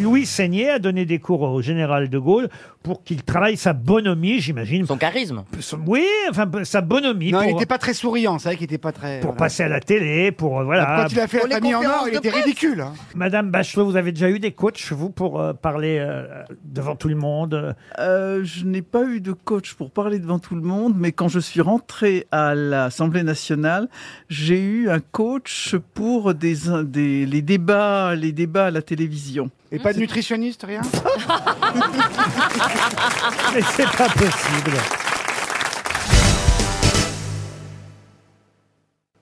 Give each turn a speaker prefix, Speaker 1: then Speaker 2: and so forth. Speaker 1: Louis Seigné a donné des cours au général de Gaulle pour qu'il travaille sa bonhomie, j'imagine. Son charisme. Oui, enfin sa bonhomie.
Speaker 2: Non, il
Speaker 1: pour-
Speaker 2: n'était pas très souriant, c'est vrai qu'il n'était pas très.
Speaker 1: pour
Speaker 2: voilà.
Speaker 1: passer à la télé, pour euh, voilà.
Speaker 2: Quand il a fait la famille en or, il était ridicule. hein.
Speaker 1: Madame Bachelot, vous avez déjà eu des coachs, vous, pour euh, parler euh, devant tout le monde
Speaker 3: Euh, je n'ai pas eu de coach pour parler devant tout le monde, mais quand je suis rentré à l'Assemblée nationale, j'ai eu un coach pour des, des- les débats, les débats à la télévision.
Speaker 2: Et pas de nutritionniste, rien
Speaker 1: Mais c'est pas possible.